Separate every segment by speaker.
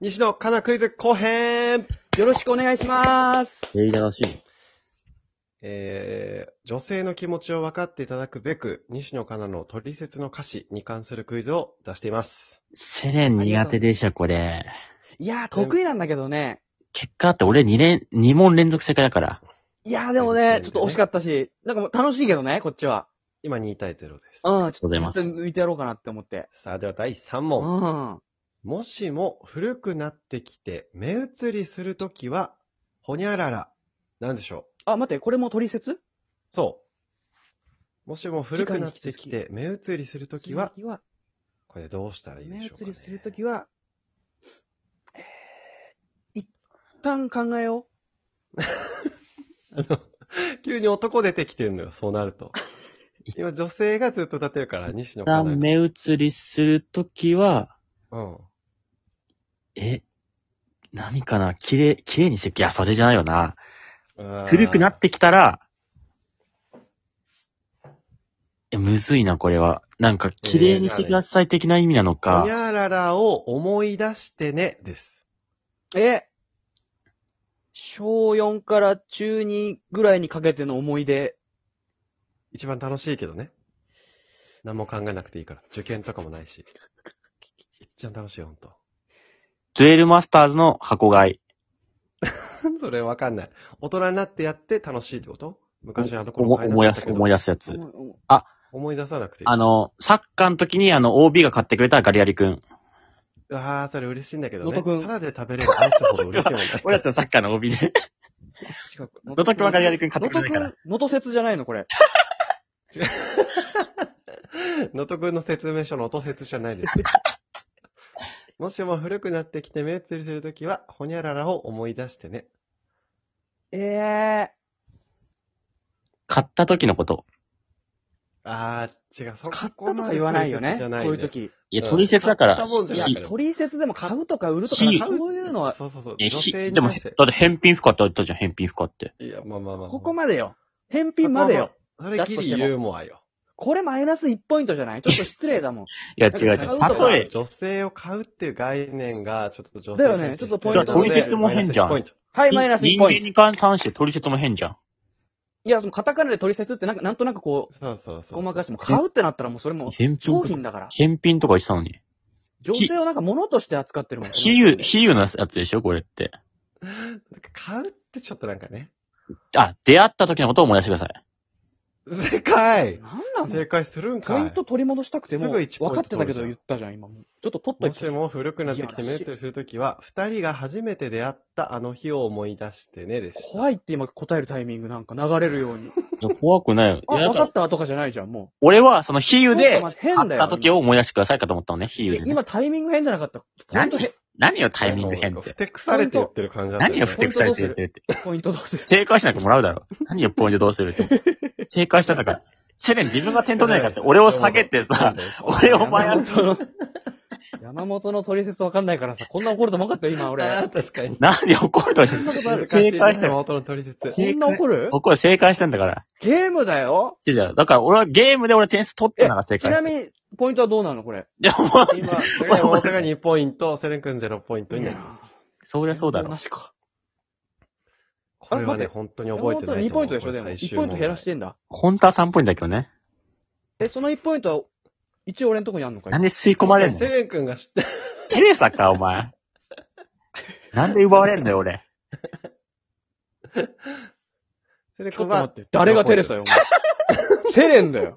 Speaker 1: 西野カナクイズ後編
Speaker 2: よろしくお願いします。
Speaker 3: やり流し。
Speaker 1: えー、女性の気持ちを分かっていただくべく、西野カナの取説の歌詞に関するクイズを出しています。
Speaker 3: セレン苦手でした、これ。
Speaker 2: いやー、得意なんだけどね。
Speaker 3: 結果あって俺2連、2問連続正解だから。
Speaker 2: いやーでもね、ちょっと惜しかったし、なんかもう楽しいけどね、こっちは。
Speaker 1: 今2対0です。
Speaker 2: うん、ち
Speaker 3: ありがと
Speaker 2: ょっと
Speaker 3: うございます
Speaker 2: 抜いてやろうかなって思って。
Speaker 1: さあ、では第3
Speaker 2: う
Speaker 1: 問。
Speaker 2: ん。
Speaker 1: もしも古くなってきて目移りするときは、ほにゃらら、なんでしょ
Speaker 2: あ、待って、これも取説
Speaker 1: うそう。もしも古くなってきて目移りするときは、
Speaker 2: 次は、
Speaker 1: これどうしたらいいで
Speaker 2: 目
Speaker 1: しょ
Speaker 2: 移
Speaker 1: うか、ね。
Speaker 2: りするときは、えー、一旦考えよ
Speaker 1: あの、急に男出てきてるのよ、そうなると。今女性がずっと立ってるから、西野
Speaker 3: 一
Speaker 1: カナ
Speaker 3: 旦目移りするときは、
Speaker 1: うん。
Speaker 3: え、何かな綺麗、綺麗にしていや、それじゃないよな。古
Speaker 1: 古
Speaker 3: くなってきたら、え、むずいな、これは。なんか、綺麗にしてください的な意味なの
Speaker 1: ほ
Speaker 3: か
Speaker 1: に。ゃららを思い出してね、です。
Speaker 2: う。え小4から中2ぐらいにかけての思い出。
Speaker 1: 一番楽しいけどね。何も考えなくていいから。受験とかもないし。一番楽しいよ、ほんと。
Speaker 3: デュエルマスターズの箱買い。
Speaker 1: それわかんない。大人になってやって楽しいってこと昔あの頃
Speaker 3: 思思い出す、思い
Speaker 1: 出
Speaker 3: 出すやつ。
Speaker 1: 思い出さなくていい。
Speaker 3: あ
Speaker 1: あ
Speaker 3: の、サッカーの時にあの、OB が買ってくれたガリガリ君。。
Speaker 1: あー、それ嬉しいんだけど
Speaker 2: の
Speaker 1: ね。
Speaker 2: とくん
Speaker 1: ただで食べれるアイスほど嬉しいもんね
Speaker 3: 俺たちのサッカーの OB で。
Speaker 2: の
Speaker 3: のとくんはガリガリ君買って
Speaker 2: の
Speaker 3: くれ
Speaker 2: と
Speaker 3: ない
Speaker 2: く
Speaker 3: か
Speaker 2: ん、
Speaker 3: ら
Speaker 2: のと説じゃないのこれ。
Speaker 1: のとくんの説明書の音説じゃない です。もしも古くなってきて目移りするときは、ほにゃららを思い出してね。
Speaker 2: ええー。
Speaker 3: 買った時のこと。
Speaker 1: あー、違う。そ
Speaker 2: 買ったとか言わないよね。こういう。時。
Speaker 3: いや、
Speaker 1: うん
Speaker 3: 取説だから。
Speaker 1: 買ったもんじ
Speaker 2: い
Speaker 1: ゃ
Speaker 2: や
Speaker 1: ない、から
Speaker 2: 取説でも買うとか売るとか、
Speaker 3: し
Speaker 2: そういうのは、
Speaker 1: そうそうそう。
Speaker 3: え
Speaker 1: 女
Speaker 3: ひ
Speaker 1: 性に
Speaker 3: でも、
Speaker 1: 対
Speaker 3: だっ
Speaker 1: して
Speaker 3: て。返品不可って言ったじゃん、返品不可って。
Speaker 1: いや、まあまあまあ。
Speaker 2: ここまでよ。返品までよ。
Speaker 1: あ。それギリユーモアよ。
Speaker 2: これマイナス1ポイントじゃないちょっと失礼だもん。
Speaker 3: いや、違う違
Speaker 1: 買う
Speaker 2: 買うと
Speaker 3: う。
Speaker 2: か
Speaker 1: と
Speaker 3: 例え、
Speaker 1: 女性を買うっていう概念が、ちょっと女性
Speaker 2: だよねちょっとポイント
Speaker 3: だから取説も変じゃん
Speaker 1: ポイント
Speaker 2: はい、マイナス1
Speaker 3: 人
Speaker 2: ポ
Speaker 3: 間
Speaker 2: イント。
Speaker 3: に関して取説も変じゃん。
Speaker 2: いや、そのカタカナで取説ってなんか、なんとなくこ
Speaker 1: そうそう
Speaker 2: う、
Speaker 1: そう。
Speaker 2: ごまかしても、買うってなったらもうそれも
Speaker 3: 返品
Speaker 2: 商
Speaker 3: 不可
Speaker 2: 品だから。
Speaker 3: 返品とか言ってたのに。
Speaker 2: 女性をなんか物として扱ってるもん。
Speaker 3: 比喩、比喩のやつでしょ、これって。
Speaker 1: 買うってちょっとなんかね。
Speaker 3: あ、出会った時のことを思い出してください。
Speaker 1: 正解
Speaker 2: なんなの
Speaker 1: 正解するんか
Speaker 2: ポ
Speaker 1: い
Speaker 2: イント取り戻したくて
Speaker 1: す
Speaker 2: も、
Speaker 1: ぐ
Speaker 2: 分
Speaker 1: 一ポイント
Speaker 2: かってたけど
Speaker 1: 取
Speaker 2: 言っ
Speaker 1: る
Speaker 2: たじゃん、今もう。ちょっと取っとい
Speaker 1: も
Speaker 2: て
Speaker 1: しも古くなってきて目移りするときは、二人が初めて出会ったあの日を思い出してねでした。
Speaker 2: 怖いって今答えるタイミングなんか流れるように。
Speaker 3: いや怖くないよ。
Speaker 2: あ、
Speaker 3: いや
Speaker 2: 分かったとかじゃないじゃん、もう。
Speaker 3: 俺は、その比喩
Speaker 2: ちょっ
Speaker 3: で
Speaker 2: と待、って変
Speaker 3: 買っ
Speaker 2: だよ
Speaker 3: た時を思い出してくださいかと思ったのね、比
Speaker 2: え
Speaker 3: 喩でね。
Speaker 2: 今タイミング変じゃなかった。
Speaker 3: 何
Speaker 2: ポイント
Speaker 3: 何よ、タイミング変
Speaker 1: なん
Speaker 3: っ
Speaker 1: か
Speaker 3: て。
Speaker 1: ふてくされて言ってる感じだったよね
Speaker 3: 何よ、ふてくされて言ってるって。
Speaker 2: 変ポイントど うする
Speaker 3: 正解しなくてもらうだろ。何よ、ポイントどうするって。正解したんだから。セレン自分が点取れないからって、俺を下げてさ、、俺を前
Speaker 2: 山本の、山本の取説わかんないからさ、こんな怒ると思わなかったよ、今
Speaker 1: あー
Speaker 2: 俺。
Speaker 1: 確かに。
Speaker 3: なんで怒ると
Speaker 2: そんなこと
Speaker 1: 難
Speaker 2: ある
Speaker 1: しい
Speaker 3: 正解
Speaker 1: ね、
Speaker 3: したよ
Speaker 1: 山本の取説。
Speaker 2: こんな怒る
Speaker 3: 僕は正解したんだから。
Speaker 2: ゲームだよ
Speaker 3: 違う違う。だから俺はゲームで俺点数取っ
Speaker 2: え
Speaker 3: てたのが正、
Speaker 2: ち
Speaker 3: 解。
Speaker 2: なみに、ポイントはどうなのこれ。
Speaker 3: いや、もう、
Speaker 1: 今、山本が2ポイント、セレン君0ポイントになる。
Speaker 3: そりゃそうだろ
Speaker 2: な。しか。
Speaker 1: これは
Speaker 2: 待
Speaker 1: ね、
Speaker 2: って
Speaker 1: 本当に
Speaker 2: 山
Speaker 1: 覚え
Speaker 2: 本
Speaker 1: て
Speaker 2: は
Speaker 1: ない
Speaker 2: 2
Speaker 1: と
Speaker 2: ポ
Speaker 1: 思
Speaker 2: イ
Speaker 1: う。
Speaker 2: ントでしょ、でも。
Speaker 1: これ最
Speaker 2: 1
Speaker 1: 終
Speaker 2: ポ
Speaker 1: 問
Speaker 2: イント
Speaker 1: 題
Speaker 2: 減らしてんだ。
Speaker 3: 本当は3ポイントだけどね。
Speaker 2: え、その1ポイントは、一応俺のとこにあんのか
Speaker 3: なんで吸い込まれんの
Speaker 1: セレン君が知って、
Speaker 3: テレサか、お前。なんで奪われんのよ、俺。
Speaker 1: セレン
Speaker 2: ちょ
Speaker 1: 君
Speaker 2: っと待
Speaker 1: は
Speaker 2: って、誰がテレサよ、お 前。セレンだよ。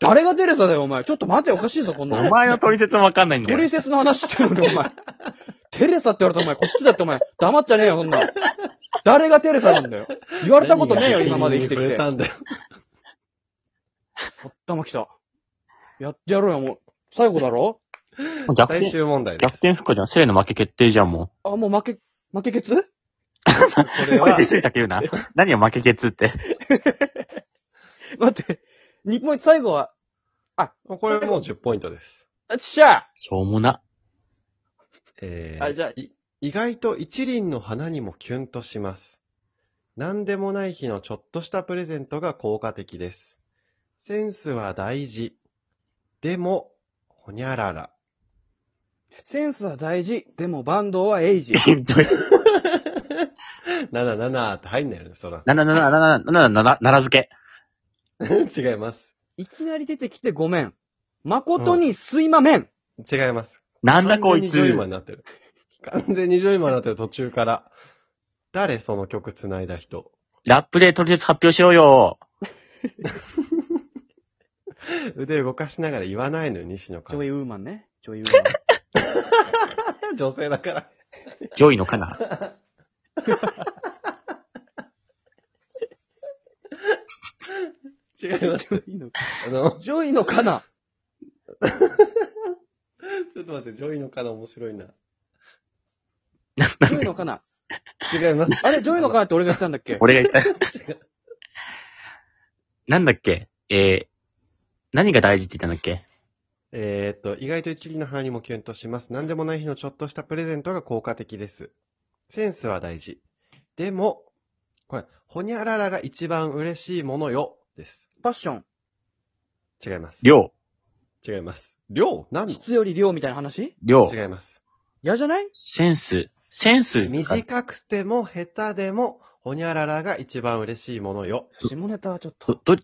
Speaker 2: 誰がテレサだよ、お前。ちょっと待って、おかしいぞ、こんな
Speaker 3: お前の取説もわかんないんだ
Speaker 2: トリ
Speaker 3: よ。
Speaker 2: セツの話してるのに、お前。 テレサって言われたらお前、こっちだってお前、黙っちゃねえよ、そんなの。誰がテレサなんだよ。言われたことねえよ、
Speaker 1: 何が
Speaker 2: 今まで生きてき
Speaker 1: 触れ
Speaker 2: て。
Speaker 1: たんだよ。
Speaker 2: おったまきた。やってやろうよ、もう。最後だろ
Speaker 3: 逆
Speaker 1: 最
Speaker 3: 転、
Speaker 1: 終問題で
Speaker 3: 逆
Speaker 1: す。
Speaker 3: 転不可じゃん。セレンの負け決定じゃん、も
Speaker 2: あ、もう負け、負けケツ
Speaker 1: これ
Speaker 3: う。おい、
Speaker 1: は
Speaker 3: 出、過ぎたけ言うな。何を負け決って。
Speaker 2: 待って。日本一最後は、
Speaker 1: これもう10ポイントです。
Speaker 2: あっしゃ
Speaker 3: しょう もな。
Speaker 1: えー
Speaker 2: あじゃあ
Speaker 1: い意外と一輪の花にもキュンとします。何でもない日のちょっとしたプレゼントが効果的です。センスは大事。でも、ほにゃらら。
Speaker 2: センスは大事。でもバンドはエイ ジ。
Speaker 1: 77って 入んないよね、そら。
Speaker 3: なななななななななならづけ。
Speaker 1: 違います。
Speaker 2: いきなり出てきてごめん。誠にすいまめん。
Speaker 1: 違います。
Speaker 3: なんだこい
Speaker 1: 完全にジョイマン
Speaker 3: つ。
Speaker 1: になってる。完全にジョイマンになってる途中から。誰その曲繋いだ人。
Speaker 3: ラップで取説発表しろよ。
Speaker 1: 腕動かしながら言わないのよ、西野
Speaker 2: ジ
Speaker 1: カ
Speaker 2: ョ
Speaker 1: ナ。
Speaker 2: イウーマンね。ジョイウーマン。
Speaker 1: 女性だから。
Speaker 3: ジョイのかな。
Speaker 1: 違います。
Speaker 2: ジョイの、
Speaker 1: あの、
Speaker 2: ジョイのかな
Speaker 1: ちょっと待って、ジョイのカナ面白いな。
Speaker 2: ジョイのかな
Speaker 1: 違います。
Speaker 2: あれ、ジョイのかなって俺が言ったんだっけ
Speaker 3: 俺が言った。なんだっけえー、何が大事って言ったんだっけ
Speaker 1: えーっと、意外と一理の範囲もキュンとします。何でもない日のちょっとしたプレゼントが効果的です。センスは大事。でも、これ、ほにゃららが一番嬉しいものよ、です。
Speaker 2: パッション。
Speaker 1: 違います。
Speaker 3: 量。
Speaker 1: 違います。量何の
Speaker 2: 質より量みたいな話
Speaker 3: 量。
Speaker 1: 違います。
Speaker 2: 嫌じゃない
Speaker 3: センス。センス。
Speaker 1: 短くても下手でも、ほにゃららが一番嬉しいものよ。
Speaker 2: 下ネタはちょっと。
Speaker 3: ど、ど、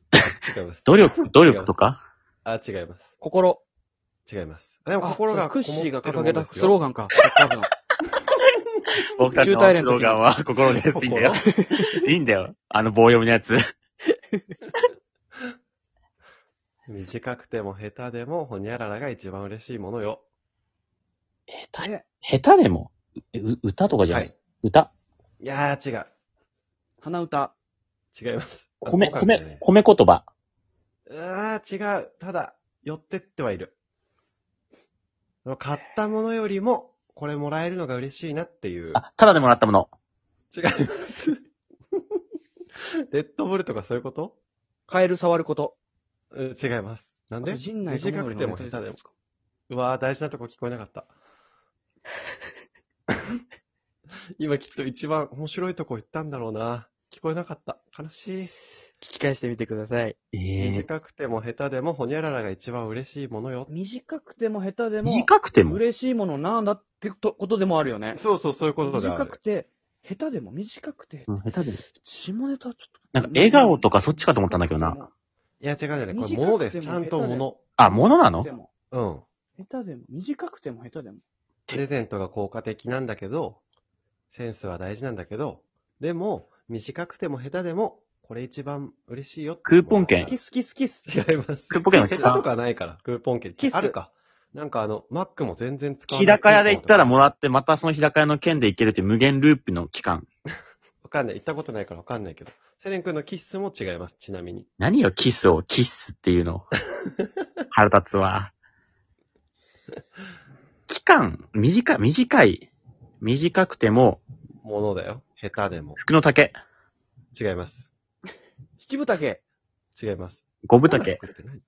Speaker 1: 違います。
Speaker 3: 努力、努力とか
Speaker 1: あ、違います。
Speaker 2: 心。
Speaker 1: 違います。でも
Speaker 2: あ
Speaker 1: 心が
Speaker 2: クッシーが掲 げたス
Speaker 1: ー
Speaker 2: ローガンか。サッカー部の
Speaker 3: 僕たちの
Speaker 2: 中大連
Speaker 3: ス
Speaker 2: の
Speaker 3: ロ
Speaker 2: 時
Speaker 3: ーガンは心です。いいんだよ。いいんだよ。あの棒読みのやつ。
Speaker 1: 短くても下手でも、ほにゃららが一番嬉しいものよ。
Speaker 3: 下
Speaker 2: え、
Speaker 3: 手、下手でも、う、歌とかじゃ
Speaker 1: は
Speaker 3: ない、
Speaker 1: い。
Speaker 3: 歌。
Speaker 1: いやー、違う。
Speaker 2: 鼻歌。
Speaker 1: 違います。
Speaker 3: 米、
Speaker 1: あそうなんだよ
Speaker 3: 米
Speaker 1: ね、
Speaker 3: 米言葉。
Speaker 1: あー、違う。ただ、寄ってってはいる。買ったものよりも、これもらえるのが嬉しいなっていう。
Speaker 3: あ、ただでもらったもの。
Speaker 1: 違います。 レッドブルとかそういうこと
Speaker 2: カエル触ること。
Speaker 1: うん違います。なんで
Speaker 2: あ陣内智則
Speaker 1: 短
Speaker 2: の
Speaker 1: くても下手でも。うわー、大事なとこ聞こえなかった。 今きっと一番面白いとこ言ったんだろうな。聞こえなかった。悲しい。
Speaker 2: 聞き返してみてください。
Speaker 3: えー、
Speaker 1: 短くても下手でも、ほにゃららが一番嬉しいものよ。
Speaker 2: 短くても下手でも、
Speaker 3: 短くても。
Speaker 2: 嬉しいものなんだってことことでもあるよね。
Speaker 1: そうそう、そういうことだ。
Speaker 2: 短くて、下手でも短くて、
Speaker 3: うん下手でも。
Speaker 2: 下ネタちょっと。
Speaker 3: なんか笑顔とかそっちかと思ったんだけどな。。
Speaker 1: いや、違うんじゃない。これ、
Speaker 2: 短くても
Speaker 1: 物です。ちゃんと
Speaker 2: 下手で
Speaker 1: 物。
Speaker 3: あ、ものなの
Speaker 2: でも、
Speaker 1: うん。
Speaker 2: 下手でも、短くても下手でも。
Speaker 1: プレゼントが効果的なんだけど、センスは大事なんだけど、でも、短くても下手でも、これ一番嬉しいよって。
Speaker 3: クーポン券
Speaker 2: キスキスキス。
Speaker 1: 違います。
Speaker 3: クーポケの
Speaker 1: 下手
Speaker 3: 一
Speaker 1: と
Speaker 3: 番。
Speaker 1: かないから、クーポン券。
Speaker 2: キス
Speaker 1: あるか。なんかあの、マックも全然使わな
Speaker 3: 日
Speaker 1: い。
Speaker 3: 高屋で行ったらも
Speaker 1: ら
Speaker 3: らって、またその日高屋の券で行けるっていう無限ループの期間。
Speaker 1: わかんない。行ったことないからわかんないけど。セレン君のキッスも違います、ちなみに。
Speaker 3: 何よ、キスを、キッスっていうの。腹立つわ。期間、短い、短い。短くても、
Speaker 1: ものだよ。下手でも。
Speaker 3: 服の丈、
Speaker 1: 違います。
Speaker 2: 七分丈。
Speaker 1: 違います。
Speaker 3: 五分丈、
Speaker 1: 服って何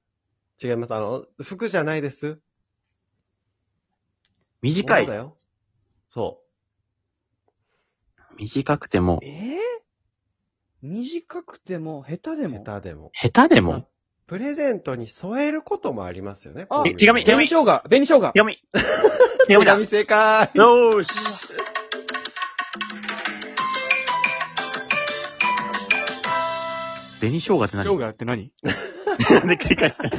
Speaker 1: 違います。あの、服じゃないです。
Speaker 3: 短
Speaker 1: ものだ
Speaker 3: い。
Speaker 1: よ。そう。
Speaker 3: 短くても、
Speaker 2: えぇ、短くても、下手でも。
Speaker 1: 下手でも。
Speaker 3: 下手で
Speaker 1: まあ
Speaker 3: も、
Speaker 1: プレゼントに添えることもありますよね。
Speaker 2: あ
Speaker 1: こういう
Speaker 3: 手紙手
Speaker 2: 紅生姜、紅生姜
Speaker 3: 手。紙手
Speaker 1: 手
Speaker 3: 紙だ
Speaker 1: 紙正解
Speaker 3: よーし紅生姜って何
Speaker 2: 姜って何
Speaker 3: なんで繰り返した